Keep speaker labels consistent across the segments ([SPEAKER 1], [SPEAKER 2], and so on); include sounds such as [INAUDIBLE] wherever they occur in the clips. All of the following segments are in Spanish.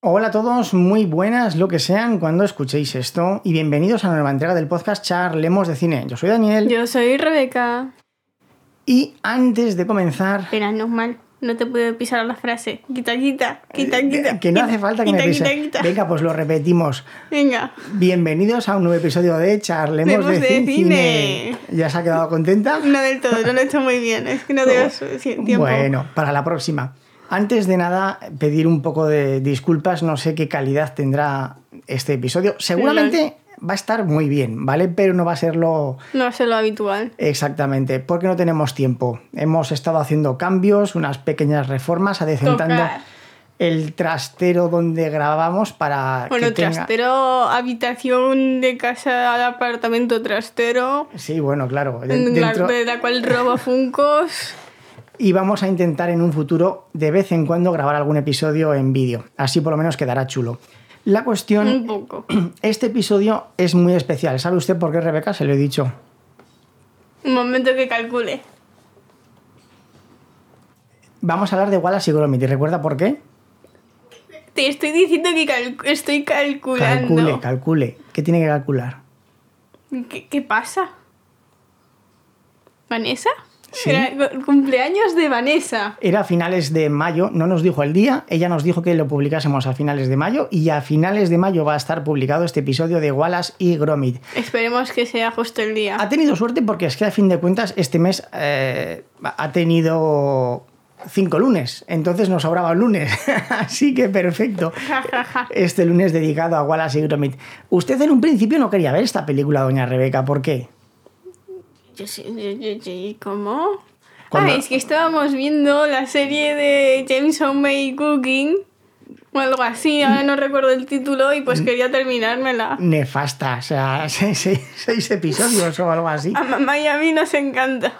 [SPEAKER 1] Hola a todos, muy buenas, lo que sean cuando escuchéis esto, y bienvenidos a una nueva entrega del podcast Charlemos de Cine. Yo soy Daniel,
[SPEAKER 2] Yo soy Rebeca.
[SPEAKER 1] y antes de comenzar,
[SPEAKER 2] Pero no mal, no te puedo pisar la frase. Quita, quita, quita, quita.
[SPEAKER 1] Eh, que no hace falta que
[SPEAKER 2] quita,
[SPEAKER 1] me pise.
[SPEAKER 2] Quita, quita,
[SPEAKER 1] Venga, pues lo repetimos.
[SPEAKER 2] Venga.
[SPEAKER 1] Bienvenidos a un nuevo episodio de Charlemos de,
[SPEAKER 2] Charlemos de
[SPEAKER 1] Cine.
[SPEAKER 2] Cine.
[SPEAKER 1] ¿Ya se ha quedado contenta?
[SPEAKER 2] No del todo, no lo he hecho muy bien. Es que no tengo su- sí, tiempo.
[SPEAKER 1] Oh, Bueno, para la próxima. Antes de nada, pedir un poco de disculpas. No sé qué calidad tendrá este episodio. Seguramente va a estar muy bien, ¿vale? Pero no va a serlo
[SPEAKER 2] No va a ser lo habitual.
[SPEAKER 1] exactamente, porque no tenemos tiempo. Hemos estado haciendo cambios, unas pequeñas reformas, adecentando
[SPEAKER 2] Tocar.
[SPEAKER 1] el trastero donde grabamos para
[SPEAKER 2] Bueno,
[SPEAKER 1] que tenga-
[SPEAKER 2] trastero, habitación de casa al apartamento trastero,
[SPEAKER 1] Sí, bueno, claro. de-
[SPEAKER 2] en la-
[SPEAKER 1] dentro-
[SPEAKER 2] de la cual robo funcos.
[SPEAKER 1] Y vamos a intentar en un futuro, de vez en cuando, grabar algún episodio en vídeo. Así por lo menos quedará chulo. La cuestión
[SPEAKER 2] Un poco.
[SPEAKER 1] Este episodio es muy especial. ¿Sabe usted por qué, Rebeca? Se lo he dicho.
[SPEAKER 2] Un momento que calcule.
[SPEAKER 1] Vamos a hablar de Wallace y Gromit. ¿Y recuerda por qué?
[SPEAKER 2] Te estoy diciendo que calcu- estoy calculando.
[SPEAKER 1] Calcule, calcule. ¿Qué tiene que calcular?
[SPEAKER 2] ¿Qué, qué pasa? ¿Vanessa?
[SPEAKER 1] Sí.
[SPEAKER 2] Era cu- cumpleaños de Vanessa.
[SPEAKER 1] Era a finales de mayo, no nos dijo el día, ella nos dijo que lo publicásemos a finales de mayo y a finales de mayo va a estar publicado este episodio de Wallace y Gromit.
[SPEAKER 2] Esperemos que sea justo el día.
[SPEAKER 1] Ha tenido suerte porque es que a fin de cuentas este mes eh, ha tenido cinco lunes, entonces nos sobraba un lunes, [LAUGHS] así que
[SPEAKER 2] [LAUGHS]
[SPEAKER 1] perfecto.
[SPEAKER 2] Ja, ja, ja.
[SPEAKER 1] este lunes dedicado a Wallace y Gromit. Usted en un principio no quería ver esta película, doña Rebeca, ¿por qué?
[SPEAKER 2] Yo sí- yo- yo- yo- ¿Cómo?
[SPEAKER 1] Cuando-
[SPEAKER 2] Ah, es que estábamos viendo la serie de Jameson May Cooking o algo así, ahora no recuerdo el título y
[SPEAKER 1] Mm.
[SPEAKER 2] pues quería terminármela.
[SPEAKER 1] Nefasta, o sea, [LAUGHS] seis, seis- seis episodios o algo así.
[SPEAKER 2] A mamá y a mí nos encanta.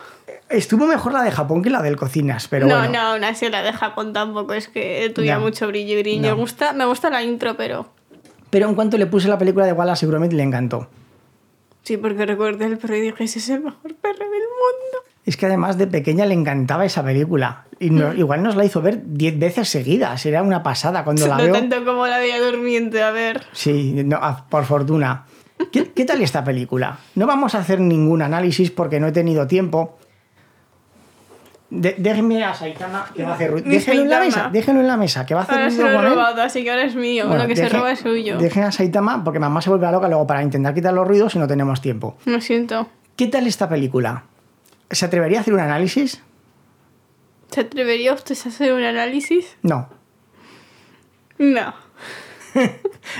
[SPEAKER 1] Estuvo mejor la de Japón que la del Cocinas, pero
[SPEAKER 2] no,
[SPEAKER 1] bueno.
[SPEAKER 2] no, aún así la de Japón tampoco es que tuviera
[SPEAKER 1] No.
[SPEAKER 2] mucho brillo y brillo.
[SPEAKER 1] No.
[SPEAKER 2] Me, gusta, me gusta la intro, pero
[SPEAKER 1] Pero en cuanto le puse la película de Wallace y Gromit, le encantó.
[SPEAKER 2] Sí, porque recuerdo el perro y dije, ese es el mejor perro del mundo.
[SPEAKER 1] Es que además de pequeña le encantaba esa película. Y no-
[SPEAKER 2] Mm.
[SPEAKER 1] igual nos la hizo ver diez veces seguidas. Era una pasada cuando la
[SPEAKER 2] [LAUGHS] no
[SPEAKER 1] veo.
[SPEAKER 2] tanto como la Bella Durmiente, a ver.
[SPEAKER 1] Sí, no, ah, por fortuna. ¿Qué, qué tal esta película? No vamos a hacer ningún análisis porque no he tenido tiempo. De- déjenme a Saitama que va a hacer ruido.
[SPEAKER 2] Mi
[SPEAKER 1] Déjenlo en la
[SPEAKER 2] Saitama.
[SPEAKER 1] mesa, déjenlo en la mesa, que va a hacer
[SPEAKER 2] Ahora se
[SPEAKER 1] ruido
[SPEAKER 2] lo he
[SPEAKER 1] con él.
[SPEAKER 2] robado, así que ahora es mío.
[SPEAKER 1] Bueno,
[SPEAKER 2] lo que se
[SPEAKER 1] dejen-
[SPEAKER 2] roba es suyo.
[SPEAKER 1] Dejen a Saitama porque mamá se vuelve loca luego para intentar quitar los ruidos y no tenemos tiempo.
[SPEAKER 2] Lo siento.
[SPEAKER 1] ¿Qué tal esta película? ¿Se atrevería a hacer un análisis?
[SPEAKER 2] ¿Se atrevería usted a hacer un análisis?
[SPEAKER 1] No.
[SPEAKER 2] No.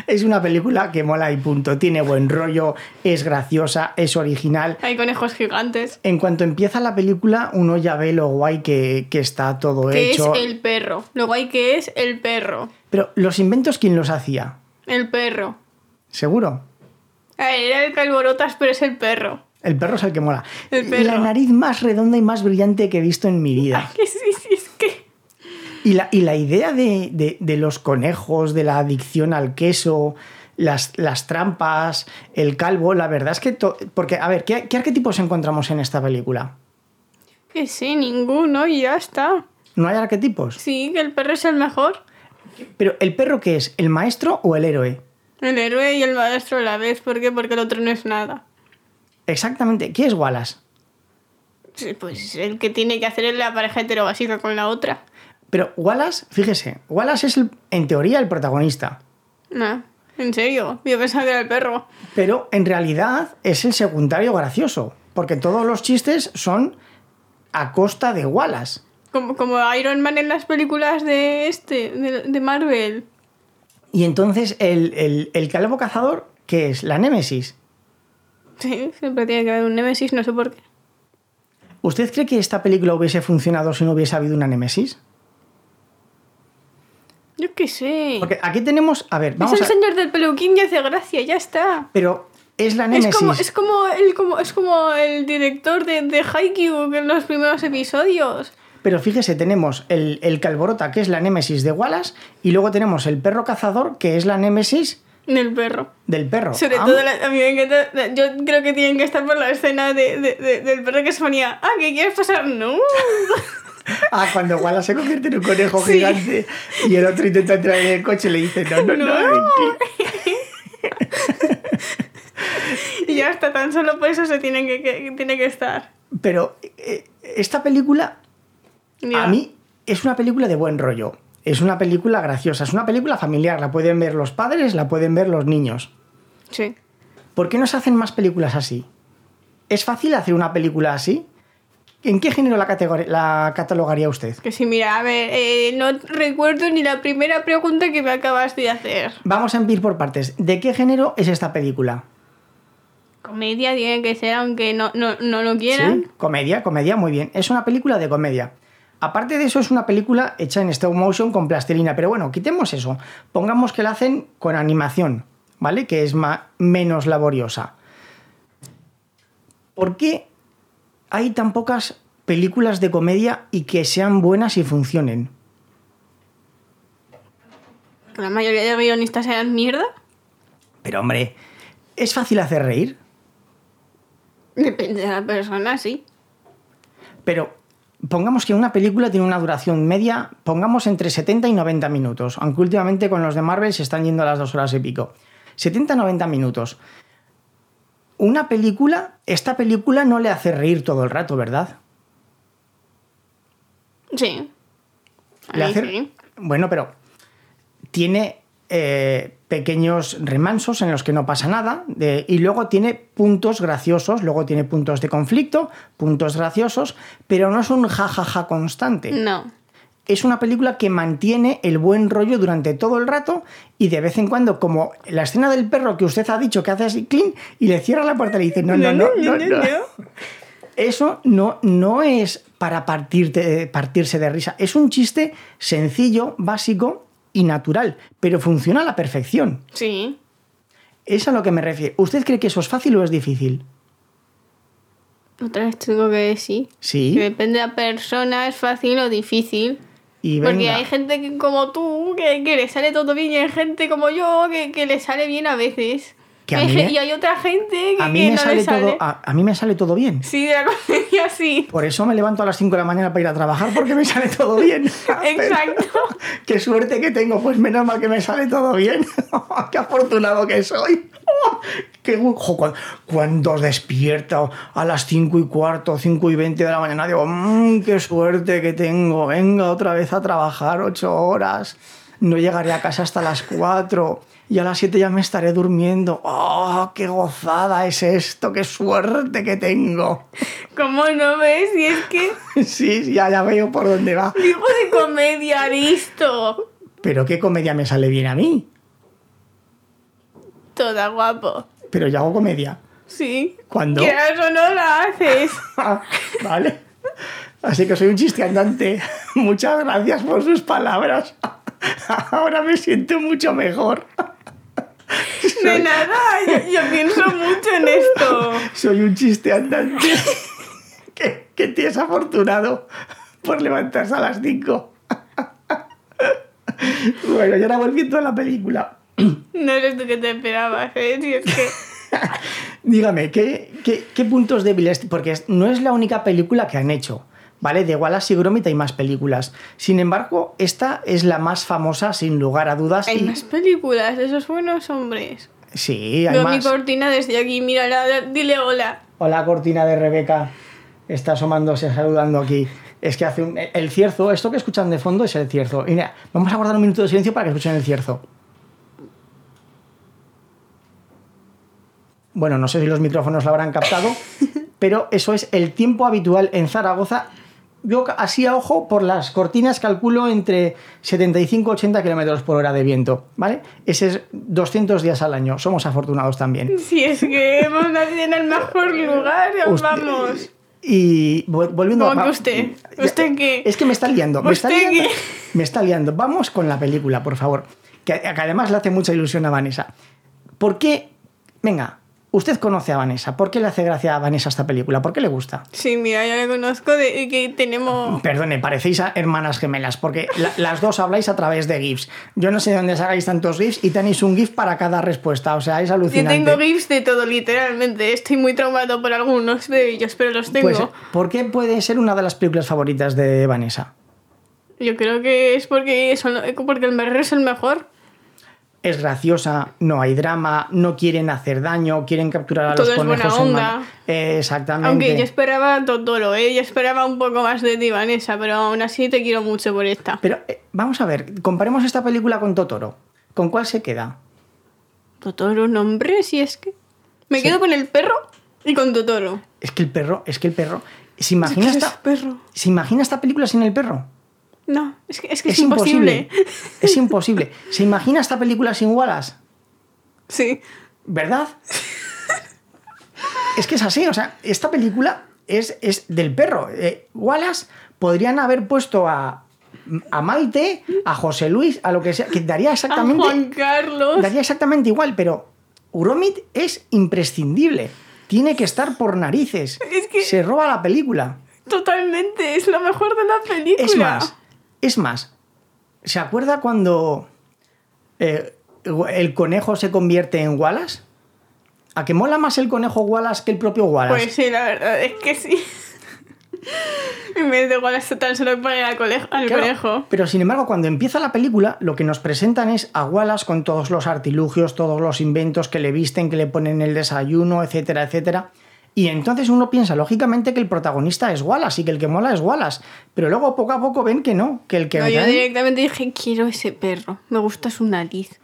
[SPEAKER 1] Es una película que mola y punto. Tiene buen rollo, es graciosa, es original,
[SPEAKER 2] Hay conejos gigantes.
[SPEAKER 1] En cuanto empieza la película, uno ya ve lo guay que, que está todo
[SPEAKER 2] Que es
[SPEAKER 1] hecho.
[SPEAKER 2] el perro. Lo guay que es el perro.
[SPEAKER 1] Pero los inventos, ¿quién los hacía?
[SPEAKER 2] El perro.
[SPEAKER 1] ¿Seguro?
[SPEAKER 2] A ver, era el calborotas, pero es el perro.
[SPEAKER 1] El perro es el que mola.
[SPEAKER 2] El perro.
[SPEAKER 1] La nariz más redonda y más brillante que he visto en mi vida.
[SPEAKER 2] Que [LAUGHS] sí, sí, es que.
[SPEAKER 1] Y la, y la idea de, de- de los conejos, de la adicción al queso, las, las trampas, el calvo, la verdad es que... to- Porque, a ver, ¿qué, ¿qué arquetipos encontramos en esta película?
[SPEAKER 2] Que sí, ninguno y ya está.
[SPEAKER 1] ¿No hay arquetipos?
[SPEAKER 2] Sí, que el perro es el mejor.
[SPEAKER 1] Pero, ¿el perro qué es? ¿El maestro o el héroe?
[SPEAKER 2] El héroe y el maestro a la vez. ¿Por qué? Porque el otro no es nada.
[SPEAKER 1] Exactamente. ¿Qué es Wallace?
[SPEAKER 2] Sí, Pues el que tiene que hacer es la pareja heterobásica con la otra.
[SPEAKER 1] Pero Wallace, fíjese, Wallace es el- en teoría el protagonista,
[SPEAKER 2] No, en serio. Yo pensaba que era el perro.
[SPEAKER 1] pero en realidad es el secundario gracioso, porque todos los chistes son a costa de Wallace.
[SPEAKER 2] Como, como Iron Man en las películas de este, de, de Marvel.
[SPEAKER 1] Y entonces el, el- el calvo cazador, que es la Némesis.
[SPEAKER 2] Sí, siempre tiene que haber un némesis, no sé por qué.
[SPEAKER 1] ¿Usted cree que esta película hubiese funcionado si no hubiese habido una Némesis?
[SPEAKER 2] Yo qué sé.
[SPEAKER 1] Porque aquí tenemos, a ver,
[SPEAKER 2] es
[SPEAKER 1] vamos
[SPEAKER 2] el
[SPEAKER 1] a...
[SPEAKER 2] señor del peluquín y hace gracia, ya está.
[SPEAKER 1] Pero es la Némesis.
[SPEAKER 2] Es como, es, como el, como, es como el director de, de Haikyuu en los primeros episodios.
[SPEAKER 1] Pero fíjese, tenemos el, el calborota, que es la Némesis de Wallace, y luego tenemos el perro cazador, que es la Némesis
[SPEAKER 2] Del perro.
[SPEAKER 1] del perro.
[SPEAKER 2] Sobre
[SPEAKER 1] Oh, Am-
[SPEAKER 2] todo, la- a mí me encanta. la- Yo creo que tienen que estar por la escena de, de- de- del perro que se ponía. Ah, ¿qué quieres pasar? No.
[SPEAKER 1] Ah, cuando Wallace se convierte en un conejo
[SPEAKER 2] Sí.
[SPEAKER 1] gigante y el otro intenta entrar en el coche y le dice, no, no, no.
[SPEAKER 2] No.
[SPEAKER 1] que-
[SPEAKER 2] Y ya hasta tan solo por eso se tienen que, que- tiene que estar.
[SPEAKER 1] Pero eh, esta película,
[SPEAKER 2] Ya.
[SPEAKER 1] a mí, es una película de buen rollo. Es una película graciosa, es una película familiar. La pueden ver los padres, la pueden ver los niños.
[SPEAKER 2] Sí.
[SPEAKER 1] ¿Por qué no se hacen más películas así? ¿Es fácil hacer una película así? ¿En qué género la, categori- la catalogaría usted?
[SPEAKER 2] Que sí, mira, a ver, eh, no recuerdo ni la primera pregunta que me acabas de hacer.
[SPEAKER 1] Vamos a ir por partes. ¿De qué género es esta película?
[SPEAKER 2] Comedia tiene que ser, aunque no, no, no lo quieran.
[SPEAKER 1] Sí, comedia, comedia, muy bien. Es una película de comedia. Aparte de eso, es una película hecha en stop motion con plastilina. Pero bueno, quitemos eso. Pongamos que la hacen con animación, ¿vale? Que es ma- menos laboriosa. ¿Por qué hay tan pocas películas de comedia y que sean buenas y funcionen?
[SPEAKER 2] Que La mayoría de guionistas eran mierda.
[SPEAKER 1] Pero hombre, ¿es fácil hacer reír?
[SPEAKER 2] Depende de la persona, sí.
[SPEAKER 1] Pero pongamos que una película tiene una duración media, pongamos entre 70 y 90 minutos, aunque últimamente con los de Marvel se están yendo a las dos horas y pico. 70-90 minutos. Una película, esta película no le hace reír todo el rato, ¿verdad?
[SPEAKER 2] Sí. A
[SPEAKER 1] Le
[SPEAKER 2] mí
[SPEAKER 1] hace-
[SPEAKER 2] sí.
[SPEAKER 1] Bueno, pero tiene eh, pequeños remansos en los que no pasa nada de- y luego tiene puntos graciosos, luego tiene puntos de conflicto, puntos graciosos, pero no es un jajaja constante.
[SPEAKER 2] No.
[SPEAKER 1] es una película que mantiene el buen rollo durante todo el rato y de vez en cuando, como la escena del perro que usted ha dicho que hace así, clean, y le cierra la puerta y le dice, no,
[SPEAKER 2] [LAUGHS]
[SPEAKER 1] no, no, no, no". Eso no, no es para partirte, partirse de risa. Es un chiste sencillo, básico y natural, pero funciona a la perfección.
[SPEAKER 2] Sí.
[SPEAKER 1] Es a lo que me refiero. ¿Usted cree que eso es fácil o es difícil?
[SPEAKER 2] Otra vez tengo que decir. Que
[SPEAKER 1] Sí.
[SPEAKER 2] depende de la persona, es fácil o difícil.
[SPEAKER 1] Y
[SPEAKER 2] Porque
[SPEAKER 1] venga.
[SPEAKER 2] hay gente que- como tú que, que le sale todo bien y hay gente como yo que, que le sale bien a veces.
[SPEAKER 1] Que a
[SPEAKER 2] Hay
[SPEAKER 1] mí
[SPEAKER 2] gen-
[SPEAKER 1] me-
[SPEAKER 2] Y hay otra gente que,
[SPEAKER 1] a mí
[SPEAKER 2] que
[SPEAKER 1] me
[SPEAKER 2] no
[SPEAKER 1] sale
[SPEAKER 2] le sale.
[SPEAKER 1] todo, a- a mí me sale todo bien.
[SPEAKER 2] Sí, de la comedia sí.
[SPEAKER 1] Por eso me levanto a las 5 de la mañana para ir a trabajar porque me sale todo bien.
[SPEAKER 2] [LAUGHS] Exacto.
[SPEAKER 1] Qué suerte que tengo, pues menos mal que me sale todo bien. [LAUGHS] Qué afortunado que soy. [LAUGHS] Qué gu- jo, cu- cuando os despierto a las 5 y cuarto, 5 y 20 de la mañana, digo, "Mm, qué suerte que tengo. Venga otra vez a trabajar 8 horas. No llegaré a casa hasta las 4 y a las 7 ya me estaré durmiendo. ¡Oh, qué gozada es esto! ¡Qué suerte que tengo!
[SPEAKER 2] ¿Cómo no ves? Y es que
[SPEAKER 1] [LAUGHS] Sí, ya, ya veo por dónde va.
[SPEAKER 2] digo de comedia, listo.
[SPEAKER 1] Pero qué comedia me sale bien a mí.
[SPEAKER 2] Toda guapo.
[SPEAKER 1] Pero yo hago comedia. [LAUGHS]
[SPEAKER 2] Sí.
[SPEAKER 1] ¿Cuándo?
[SPEAKER 2] Quieras o no la haces.
[SPEAKER 1] Ah, ¿Vale? Así que soy un chiste andante. [LAUGHS] Muchas gracias por sus palabras. [LAUGHS] Ahora me siento mucho mejor. [LAUGHS]
[SPEAKER 2] De nada, yo, yo pienso mucho en esto.
[SPEAKER 1] Soy un chiste andante. [LAUGHS] ¿Qué, qué te has afortunado por levantarse a las 5? [LAUGHS] Bueno, y ahora volviendo a la película.
[SPEAKER 2] No eres tú que te esperabas, ¿eh? Si es que...
[SPEAKER 1] [LAUGHS] Dígame, ¿qué, qué, qué puntos débiles? Porque es- no es la única película que han hecho, ¿vale? De Wallace y Gromit hay más películas. Sin embargo, esta es la más famosa, sin lugar a dudas.
[SPEAKER 2] Hay
[SPEAKER 1] y-
[SPEAKER 2] más películas de esos buenos hombres.
[SPEAKER 1] Sí, hay
[SPEAKER 2] Veo mi
[SPEAKER 1] más.
[SPEAKER 2] cortina desde aquí, mírala, dile hola.
[SPEAKER 1] Hola, cortina de Rebeca. Está asomándose, saludando aquí. Es que hace un... El cierzo, esto que escuchan de fondo es el cierzo. Y mira, vamos a guardar un minuto de silencio para que escuchen el cierzo. Bueno, no sé si los micrófonos lo habrán captado, pero eso es el tiempo habitual en Zaragoza. Yo ca- así a ojo por las cortinas calculo entre 75 y 80 kilómetros por hora de viento, ¿vale? Ese es 200 días al año. Somos afortunados también.
[SPEAKER 2] Si es que hemos nacido en el
[SPEAKER 1] [LAUGHS]
[SPEAKER 2] mejor lugar,
[SPEAKER 1] Usted-
[SPEAKER 2] [LAUGHS] vamos.
[SPEAKER 1] Y vol- volviendo
[SPEAKER 2] ¿Cómo
[SPEAKER 1] va-
[SPEAKER 2] que usted?
[SPEAKER 1] Ya-
[SPEAKER 2] ¿Usted qué?
[SPEAKER 1] Es que me está liando. Me está
[SPEAKER 2] ¿Usted
[SPEAKER 1] liando,
[SPEAKER 2] qué?
[SPEAKER 1] me está liando. Vamos con la película, por favor. Que, que además le hace mucha ilusión a Vanessa. ¿Por qué? Venga, Usted conoce a Vanessa. ¿Por qué le hace gracia a Vanessa esta película? ¿Por qué le gusta?
[SPEAKER 2] Sí, mira, yo le conozco de que tenemos.
[SPEAKER 1] Perdone, parecéis a hermanas gemelas, porque la- las dos habláis a través de GIFs. Yo no sé de dónde sacáis tantos GIFs y tenéis un GIF para cada respuesta. O sea, es
[SPEAKER 2] Yo
[SPEAKER 1] alucinante.
[SPEAKER 2] tengo gifs de todo, literalmente. Estoy muy traumado por algunos de ellos, pero los tengo.
[SPEAKER 1] Pues, ¿por qué puede ser una de las películas favoritas de Vanessa?
[SPEAKER 2] Yo creo que es porque, son- porque el barrio es el mejor.
[SPEAKER 1] Es graciosa, no hay drama, no quieren hacer daño, quieren capturar a
[SPEAKER 2] Todo
[SPEAKER 1] los
[SPEAKER 2] es buena
[SPEAKER 1] conejos en
[SPEAKER 2] onda.
[SPEAKER 1] mano. Eh, exactamente.
[SPEAKER 2] Aunque yo esperaba Totoro, ¿eh? Yo esperaba un poco más de ti, Vanessa, pero aún así te quiero mucho por esta.
[SPEAKER 1] Pero eh, vamos a ver, comparemos esta película con Totoro. ¿Con cuál se queda?
[SPEAKER 2] Totoro, nombre, si es que... Me
[SPEAKER 1] Sí.
[SPEAKER 2] quedo con el perro y con Totoro.
[SPEAKER 1] Es que el perro, es que el perro. ¿Se imagina,
[SPEAKER 2] Es que es
[SPEAKER 1] esta,
[SPEAKER 2] perro.
[SPEAKER 1] ¿se imagina esta película sin el perro?
[SPEAKER 2] No, es que es, que es imposible.
[SPEAKER 1] Es imposible. ¿Se imagina esta película sin Wallace?
[SPEAKER 2] Sí.
[SPEAKER 1] ¿Verdad? Es que es así, o sea, esta película es, es del perro. Eh, Wallace podrían haber puesto a, a Maite, a José Luis, a lo que sea, que daría
[SPEAKER 2] A
[SPEAKER 1] exactamente.
[SPEAKER 2] Ah, Juan Carlos.
[SPEAKER 1] daría exactamente igual, pero Uromit es imprescindible. Tiene que estar por narices.
[SPEAKER 2] Es que-
[SPEAKER 1] Se roba la película.
[SPEAKER 2] Totalmente, es lo mejor de la película.
[SPEAKER 1] Es más, es más. ¿Se acuerda cuando eh, el conejo se convierte en Wallace? ¿A que mola más el conejo Wallace que el propio Wallace?
[SPEAKER 2] Pues sí, la verdad es que sí. [LAUGHS] en vez de Wallace tan solo para ir al, colejo- al
[SPEAKER 1] Claro,
[SPEAKER 2] conejo.
[SPEAKER 1] Pero sin embargo, cuando empieza la película, lo que nos presentan es a Wallace con todos los artilugios, todos los inventos que le visten, que le ponen el desayuno, etcétera, etcétera. Y entonces uno piensa, lógicamente, que el protagonista es Wallace y que el que mola es Wallace. Pero luego poco a poco ven que no, que el que. ¿eh?
[SPEAKER 2] No, yo
[SPEAKER 1] traen-
[SPEAKER 2] directamente dije, quiero ese perro, me gusta su nariz.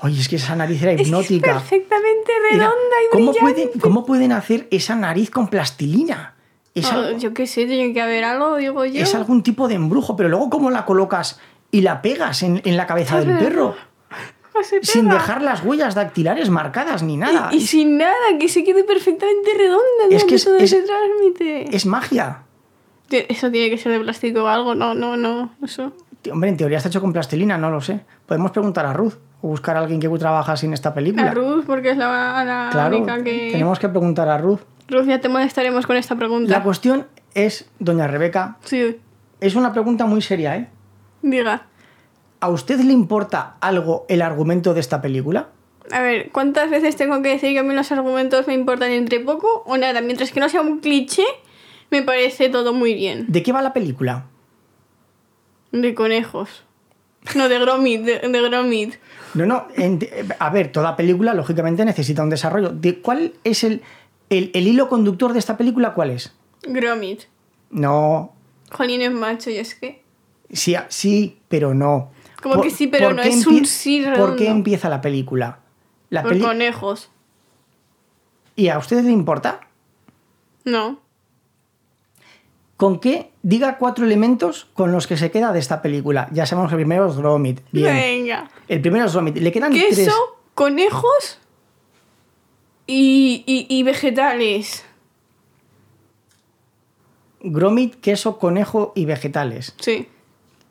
[SPEAKER 1] Oye, es que esa nariz era
[SPEAKER 2] [LAUGHS] Es que es
[SPEAKER 1] hipnótica.
[SPEAKER 2] perfectamente
[SPEAKER 1] Era-
[SPEAKER 2] redonda y
[SPEAKER 1] ¿cómo
[SPEAKER 2] brillante.
[SPEAKER 1] pueden, ¿Cómo pueden hacer esa nariz con plastilina? Es,
[SPEAKER 2] Ah,
[SPEAKER 1] algo-
[SPEAKER 2] yo qué sé, tiene que haber algo, digo yo.
[SPEAKER 1] es algún tipo de embrujo, pero luego, ¿cómo la colocas y la pegas en, en la cabeza del perro?
[SPEAKER 2] Ah, se
[SPEAKER 1] sin
[SPEAKER 2] pega.
[SPEAKER 1] dejar las huellas dactilares marcadas ni nada.
[SPEAKER 2] Y sin nada, que se quede perfectamente redonda.
[SPEAKER 1] Es
[SPEAKER 2] Es
[SPEAKER 1] que
[SPEAKER 2] que
[SPEAKER 1] es-
[SPEAKER 2] eso
[SPEAKER 1] es-
[SPEAKER 2] se transmite.
[SPEAKER 1] Es magia.
[SPEAKER 2] Tie- Eso tiene que ser de plástico o algo, no, no, no, eso.
[SPEAKER 1] Tío, Hombre, en teoría está hecho con plastilina, no lo sé. Podemos preguntar a Ruth o buscar a alguien que trabaja sin esta película.
[SPEAKER 2] La Ruth, porque es la, la
[SPEAKER 1] claro,
[SPEAKER 2] única que...
[SPEAKER 1] tenemos que preguntar a Ruth.
[SPEAKER 2] Ruth, ya te molestaremos con esta pregunta.
[SPEAKER 1] La cuestión es, doña Rebeca,
[SPEAKER 2] Sí,
[SPEAKER 1] es una pregunta muy seria, ¿eh?
[SPEAKER 2] diga.
[SPEAKER 1] ¿A usted le importa algo el argumento de esta película?
[SPEAKER 2] A ver, ¿cuántas veces tengo que decir que a mí los argumentos me importan entre poco o nada? Mientras que no sea un cliché, me parece todo muy bien.
[SPEAKER 1] ¿De qué va la película?
[SPEAKER 2] De conejos. No, de Gromit, de, de Gromit.
[SPEAKER 1] No, no, en- a ver, toda película lógicamente necesita un desarrollo. ¿De ¿Cuál es el, el, el hilo conductor de esta película? ¿Cuál es?
[SPEAKER 2] Gromit.
[SPEAKER 1] No,
[SPEAKER 2] Jolín es macho, y es que...
[SPEAKER 1] Sí, a- sí, pero no.
[SPEAKER 2] ¿Cómo que sí, pero
[SPEAKER 1] por
[SPEAKER 2] no?
[SPEAKER 1] qué
[SPEAKER 2] Es un
[SPEAKER 1] empie-
[SPEAKER 2] sí
[SPEAKER 1] ¿Por qué
[SPEAKER 2] redondo.
[SPEAKER 1] empieza la película? La
[SPEAKER 2] Por
[SPEAKER 1] peli-
[SPEAKER 2] conejos.
[SPEAKER 1] ¿Y a ustedes le importa?
[SPEAKER 2] No.
[SPEAKER 1] ¿Con qué? Diga cuatro elementos con los que se queda de esta película. Ya sabemos que el primero es Gromit. Bien.
[SPEAKER 2] Venga.
[SPEAKER 1] El primero es Gromit. Le quedan
[SPEAKER 2] Queso,
[SPEAKER 1] tres.
[SPEAKER 2] conejos y, y- y vegetales.
[SPEAKER 1] Gromit, queso, conejo y vegetales.
[SPEAKER 2] Sí.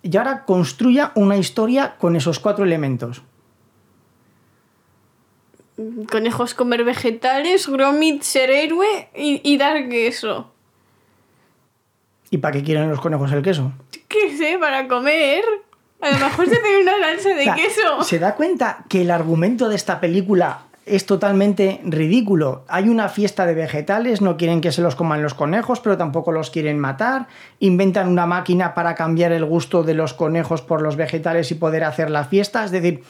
[SPEAKER 1] Y ahora construya una historia con esos cuatro elementos.
[SPEAKER 2] Conejos comer vegetales, Gromit ser héroe y, y dar queso.
[SPEAKER 1] ¿Y para qué quieren los conejos el queso?
[SPEAKER 2] ¿Qué sé? Para comer. A lo mejor se tiene una lanza
[SPEAKER 1] O [LAUGHS]
[SPEAKER 2] de
[SPEAKER 1] sea,
[SPEAKER 2] queso.
[SPEAKER 1] ¿Se da cuenta que el argumento de esta película es totalmente ridículo? Hay una fiesta de vegetales, no quieren que se los coman los conejos, pero tampoco los quieren matar. Inventan una máquina para cambiar el gusto de los conejos por los vegetales y poder hacer la fiesta. Es decir,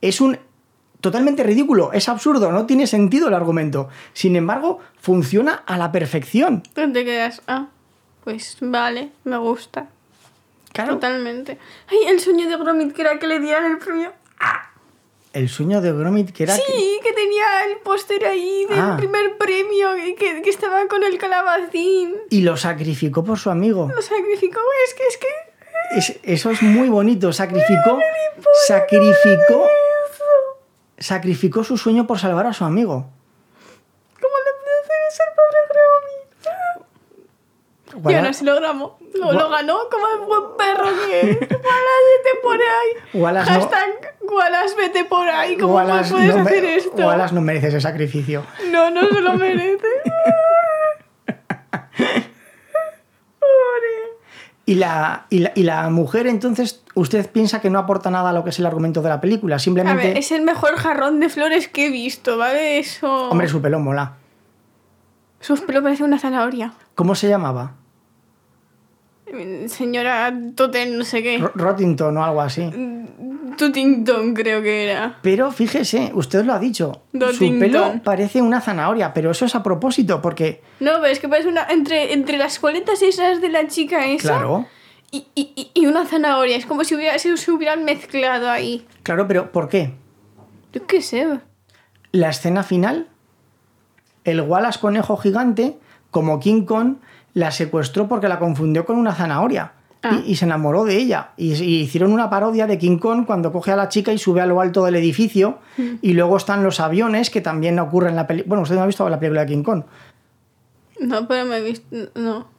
[SPEAKER 1] es un. Totalmente ridículo, es absurdo, no tiene sentido el argumento. Sin embargo, funciona a la perfección.
[SPEAKER 2] ¿Dónde te quedas? Ah, pues vale, me gusta.
[SPEAKER 1] Claro,
[SPEAKER 2] Totalmente. Ay, el sueño de Gromit que era que le dieran el premio.
[SPEAKER 1] el sueño de Gromit, que era que-
[SPEAKER 2] Sí, que tenía el póster ahí del
[SPEAKER 1] Ah.
[SPEAKER 2] primer premio y que, que estaba con el calabacín.
[SPEAKER 1] y lo sacrificó por su amigo.
[SPEAKER 2] Lo sacrificó, es que es que.
[SPEAKER 1] Es- eso es muy bonito. Sacrificó. Sacrificó. Sacrificó su sueño por salvar a su amigo.
[SPEAKER 2] ¿Cómo le puede hacer eso al pobre Gromit? Y
[SPEAKER 1] Wallace,
[SPEAKER 2] no se lo gramo. Lo,
[SPEAKER 1] Gua-
[SPEAKER 2] lo ganó como el buen perro que es. Wallace te pone ahí.
[SPEAKER 1] Wallace no-
[SPEAKER 2] Hashtag Wallace, vete por ahí, ¿cómo
[SPEAKER 1] Wallace
[SPEAKER 2] puedes
[SPEAKER 1] no me-
[SPEAKER 2] hacer esto?
[SPEAKER 1] Wallace no merece ese sacrificio.
[SPEAKER 2] No, no se lo merece. Pobre.
[SPEAKER 1] Y la, y, la, y la mujer, entonces, usted piensa que no aporta nada a lo que es el argumento de la película.
[SPEAKER 2] A
[SPEAKER 1] Simplemente,
[SPEAKER 2] ver, es el mejor jarrón de flores que he visto, ¿vale? Eso.
[SPEAKER 1] hombre, su pelo mola.
[SPEAKER 2] Sus pelos parecen una zanahoria.
[SPEAKER 1] ¿Cómo se llamaba?
[SPEAKER 2] Eh, Señora Totten, no sé qué.
[SPEAKER 1] Ro- Rottington o algo así.
[SPEAKER 2] Tutington, creo que era.
[SPEAKER 1] Pero fíjese, usted lo ha dicho. Su
[SPEAKER 2] Rottington.
[SPEAKER 1] pelo parece una zanahoria, pero eso es a propósito, porque,
[SPEAKER 2] No, pero es que parece una. Entre, entre las coletas esas de la chica esa.
[SPEAKER 1] claro,
[SPEAKER 2] Y, y- y- y una zanahoria. Es como si, hubiera, si se hubieran mezclado ahí.
[SPEAKER 1] claro, pero ¿por qué?
[SPEAKER 2] Yo qué sé.
[SPEAKER 1] la escena final, el Wallace conejo gigante, como King Kong, la secuestró porque la confundió con una zanahoria.
[SPEAKER 2] Ah.
[SPEAKER 1] Y, y se enamoró de ella. Y, y hicieron una parodia de King Kong cuando coge a la chica y sube a lo alto del edificio.
[SPEAKER 2] Mm.
[SPEAKER 1] Y luego están los aviones, que también ocurre en la película. Bueno, usted no ha visto la película de King Kong.
[SPEAKER 2] No, pero me he visto. No.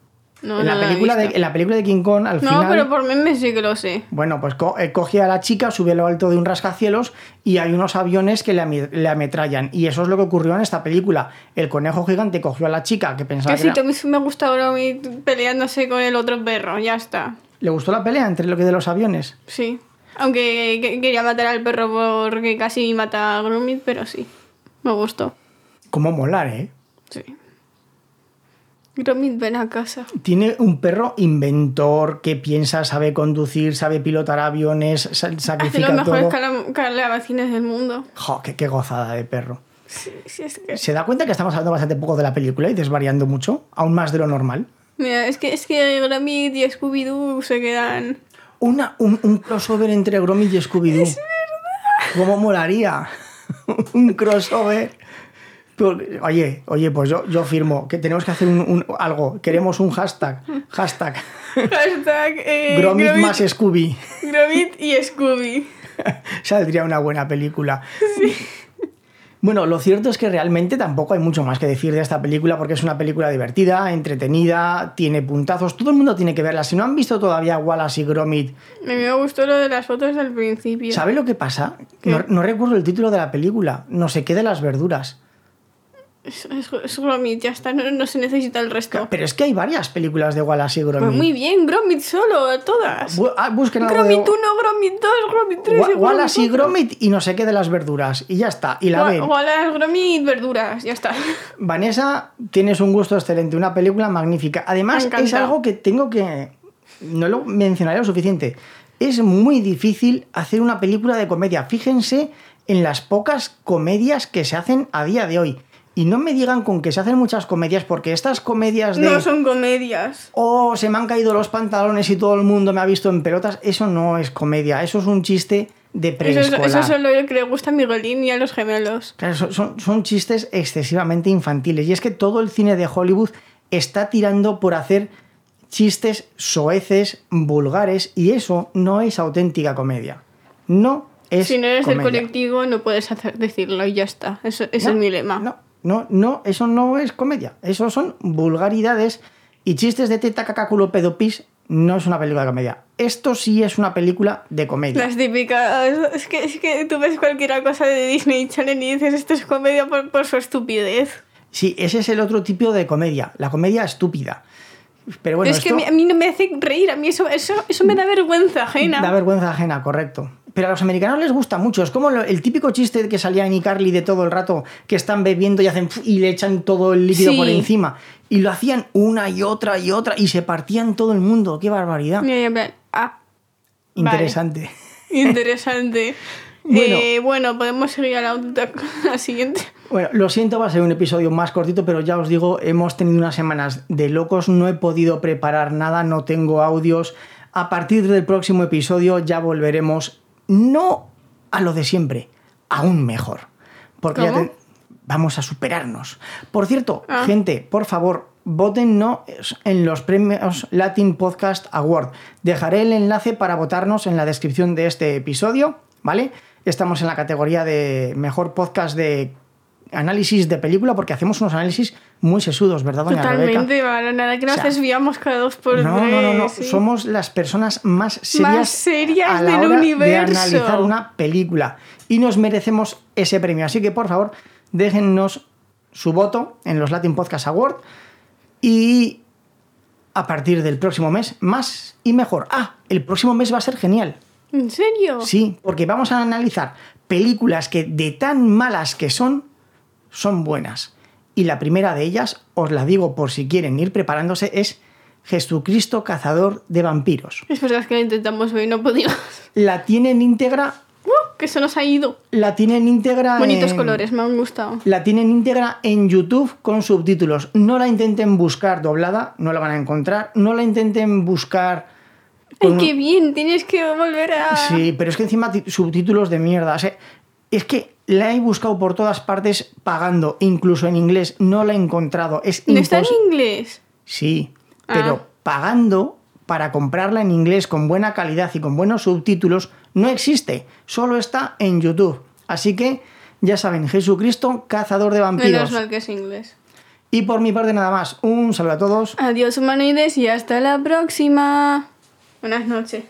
[SPEAKER 2] No,
[SPEAKER 1] en,
[SPEAKER 2] no
[SPEAKER 1] la
[SPEAKER 2] he
[SPEAKER 1] película de,
[SPEAKER 2] visto.
[SPEAKER 1] en la película de King Kong, al
[SPEAKER 2] No,
[SPEAKER 1] final.
[SPEAKER 2] pero por mí sí que lo sé.
[SPEAKER 1] Bueno, pues co- eh, coge a la chica, sube a lo alto de un rascacielos y hay unos aviones que le, ame- le ametrallan. Y eso es lo que ocurrió en esta película. El conejo gigante cogió a la chica que pensaba
[SPEAKER 2] Que
[SPEAKER 1] que
[SPEAKER 2] sí,
[SPEAKER 1] era-
[SPEAKER 2] que a mí me gusta Bromi peleándose con el otro perro, ya está.
[SPEAKER 1] ¿Le gustó la pelea entre lo que de los aviones?
[SPEAKER 2] Sí. Aunque que- quería matar al perro porque casi mata a Gromit, pero sí. Me gustó.
[SPEAKER 1] Cómo molar, ¿eh?
[SPEAKER 2] Sí. Gromit, ven a casa.
[SPEAKER 1] Tiene un perro inventor que piensa, sabe conducir, sabe pilotar aviones, sa-
[SPEAKER 2] Hace los
[SPEAKER 1] sacrifica
[SPEAKER 2] mejores
[SPEAKER 1] todo.
[SPEAKER 2] calam- calabacines del mundo.
[SPEAKER 1] Jo, qué, qué gozada de perro.
[SPEAKER 2] Sí, sí, es que...
[SPEAKER 1] ¿Se da cuenta que estamos hablando bastante poco de la película y desvariando mucho? Aún más de lo normal.
[SPEAKER 2] Mira, es que, es que Gromit y Scooby-Doo se
[SPEAKER 1] [LAUGHS]
[SPEAKER 2] quedan...
[SPEAKER 1] Una, un, un crossover entre Gromit y Scooby-Doo. ¿Cómo molaría? [LAUGHS] un crossover. Porque- Oye, oye, pues yo, yo firmo que tenemos que hacer un- un- algo. Queremos un hashtag. Hashtag.
[SPEAKER 2] Hashtag eh,
[SPEAKER 1] Gromit más
[SPEAKER 2] [LAUGHS]
[SPEAKER 1] Scooby. [LAUGHS]
[SPEAKER 2] Gromit y Scooby.
[SPEAKER 1] saldría una buena película. Bueno, lo cierto es que realmente tampoco hay mucho más que decir de esta película porque es una película divertida, entretenida, tiene puntazos, todo el mundo tiene que verla. Si no han visto todavía Wallace y Gromit,
[SPEAKER 2] A mí me gustó lo de las fotos del principio.
[SPEAKER 1] ¿sabe lo que pasa? No, no recuerdo el título de la película, no sé qué de las verduras.
[SPEAKER 2] Es, es, es Gromit, ya está, no, no se necesita el resto.
[SPEAKER 1] Pero es que hay varias películas de Wallace y Gromit.
[SPEAKER 2] Pues muy bien, Gromit solo, a todas.
[SPEAKER 1] Bu- ah, busquen algo de
[SPEAKER 2] Gromit 1, Gromit 2, Gromit 3
[SPEAKER 1] Wa-
[SPEAKER 2] y
[SPEAKER 1] Wallace y
[SPEAKER 2] Gromit
[SPEAKER 1] Gromit y no sé qué de las verduras. Y ya está, y la
[SPEAKER 2] Wa-
[SPEAKER 1] ven.
[SPEAKER 2] Wallace, Gromit, verduras, ya está.
[SPEAKER 1] Vanessa, tienes un gusto excelente, una película magnífica. Además,
[SPEAKER 2] Me encanta.
[SPEAKER 1] es algo que tengo que. No lo mencionaré lo suficiente. Es muy difícil hacer una película de comedia. Fíjense en las pocas comedias que se hacen a día de hoy. Y no me digan con que se hacen muchas comedias, porque estas comedias de.
[SPEAKER 2] No son comedias.
[SPEAKER 1] Oh, se me han caído los pantalones y todo el mundo me ha visto en pelotas. Eso no es comedia, eso es un chiste de
[SPEAKER 2] Eso, es-
[SPEAKER 1] preescolar.
[SPEAKER 2] eso es solo lo que le gusta a Miguelín y a los gemelos.
[SPEAKER 1] Claro, son, son- son chistes excesivamente infantiles. Y es que todo el cine de Hollywood está tirando por hacer chistes soeces, vulgares, y eso no es auténtica comedia. No es
[SPEAKER 2] si no eres del
[SPEAKER 1] comedia.
[SPEAKER 2] colectivo, no puedes hacer, decirlo y ya está. Eso, ese
[SPEAKER 1] No,
[SPEAKER 2] es mi lema.
[SPEAKER 1] No, no, no, eso no es comedia. Eso son vulgaridades y chistes de teta, caca, culo, pedo, pis. No es una película de comedia. Esto sí es una película de comedia.
[SPEAKER 2] Las típicas. Es que, es que tú ves cualquier cosa de Disney Channel y dices esto es comedia por, por su estupidez.
[SPEAKER 1] Sí, ese es el otro tipo de comedia, la comedia estúpida. Pero bueno,
[SPEAKER 2] es que
[SPEAKER 1] esto-
[SPEAKER 2] a mí, a mí no me hace reír, a mí eso, eso, eso me da vergüenza ajena.
[SPEAKER 1] Da vergüenza ajena, correcto. Pero a los americanos les gusta mucho. Es como lo- el típico chiste que salía en iCarly de todo el rato, que están bebiendo y hacen fu- y le echan todo el líquido
[SPEAKER 2] Sí.
[SPEAKER 1] por encima. Y lo hacían una y otra y otra y se partían todo el mundo. ¡Qué barbaridad!
[SPEAKER 2] Mira, y en plan, ah, vale.
[SPEAKER 1] Interesante. [LAUGHS]
[SPEAKER 2] interesante.
[SPEAKER 1] Bueno.
[SPEAKER 2] Eh, bueno, podemos seguir a la, otra- [LAUGHS] a la siguiente.
[SPEAKER 1] Bueno, lo siento, va a ser un episodio más cortito, pero ya os digo, hemos tenido unas semanas de locos, no he podido preparar nada, no tengo audios. A partir del próximo episodio ya volveremos, no a lo de siempre, aún mejor. Porque ya
[SPEAKER 2] ¿Cómo?
[SPEAKER 1] te- vamos a superarnos. Por cierto,
[SPEAKER 2] Ah.
[SPEAKER 1] gente, por favor, votennos en los premios Latin Podcast Award. Dejaré el enlace para votarnos en la descripción de este episodio, ¿vale? Estamos en la categoría de mejor podcast de análisis de película porque hacemos unos análisis muy sesudos, ¿verdad, doña Rebeca?
[SPEAKER 2] Totalmente, bueno, nada que nos
[SPEAKER 1] O sea,
[SPEAKER 2] desviamos cada dos por
[SPEAKER 1] No,
[SPEAKER 2] tres.
[SPEAKER 1] no, no, no.
[SPEAKER 2] sí.
[SPEAKER 1] Somos las personas más serias,
[SPEAKER 2] Más serias
[SPEAKER 1] a la
[SPEAKER 2] del
[SPEAKER 1] hora
[SPEAKER 2] universo.
[SPEAKER 1] de analizar una película. Y nos merecemos ese premio. Así que, por favor, déjennos su voto en los Latin Podcast Award. Y a partir del próximo mes, más y mejor. Ah, el próximo mes va a ser genial.
[SPEAKER 2] ¿En serio? [LAUGHS]
[SPEAKER 1] Sí, porque vamos a analizar películas que de tan malas que son, son buenas. Y la primera de ellas, os la digo por si quieren ir preparándose, es Jesucristo Cazador de Vampiros.
[SPEAKER 2] Es verdad que lo intentamos hoy, no podíamos. [LAUGHS]
[SPEAKER 1] La tienen íntegra,
[SPEAKER 2] ¡Uh! Que se nos ha ido.
[SPEAKER 1] la tienen íntegra...
[SPEAKER 2] Bonitos
[SPEAKER 1] en-
[SPEAKER 2] colores, me han gustado.
[SPEAKER 1] La tienen íntegra en YouTube con subtítulos. No la intenten buscar doblada, no la van a encontrar. No la intenten buscar...
[SPEAKER 2] ¡Ay,
[SPEAKER 1] con-
[SPEAKER 2] qué bien! Tienes que volver a.
[SPEAKER 1] Sí, pero es que encima ti- subtítulos de mierda. o sea, es que la he buscado por todas partes pagando, incluso en inglés. No la he encontrado. Es
[SPEAKER 2] ¿No está en
[SPEAKER 1] impos-
[SPEAKER 2] inglés?
[SPEAKER 1] Sí,
[SPEAKER 2] Ah.
[SPEAKER 1] pero pagando para comprarla en inglés con buena calidad y con buenos subtítulos no existe. Solo está en YouTube. Así que, ya saben, Jesucristo, cazador de
[SPEAKER 2] Menos
[SPEAKER 1] vampiros.
[SPEAKER 2] mal que es inglés.
[SPEAKER 1] Y por mi parte nada más. Un saludo a todos.
[SPEAKER 2] Adiós, humanoides, y hasta la próxima. Buenas noches.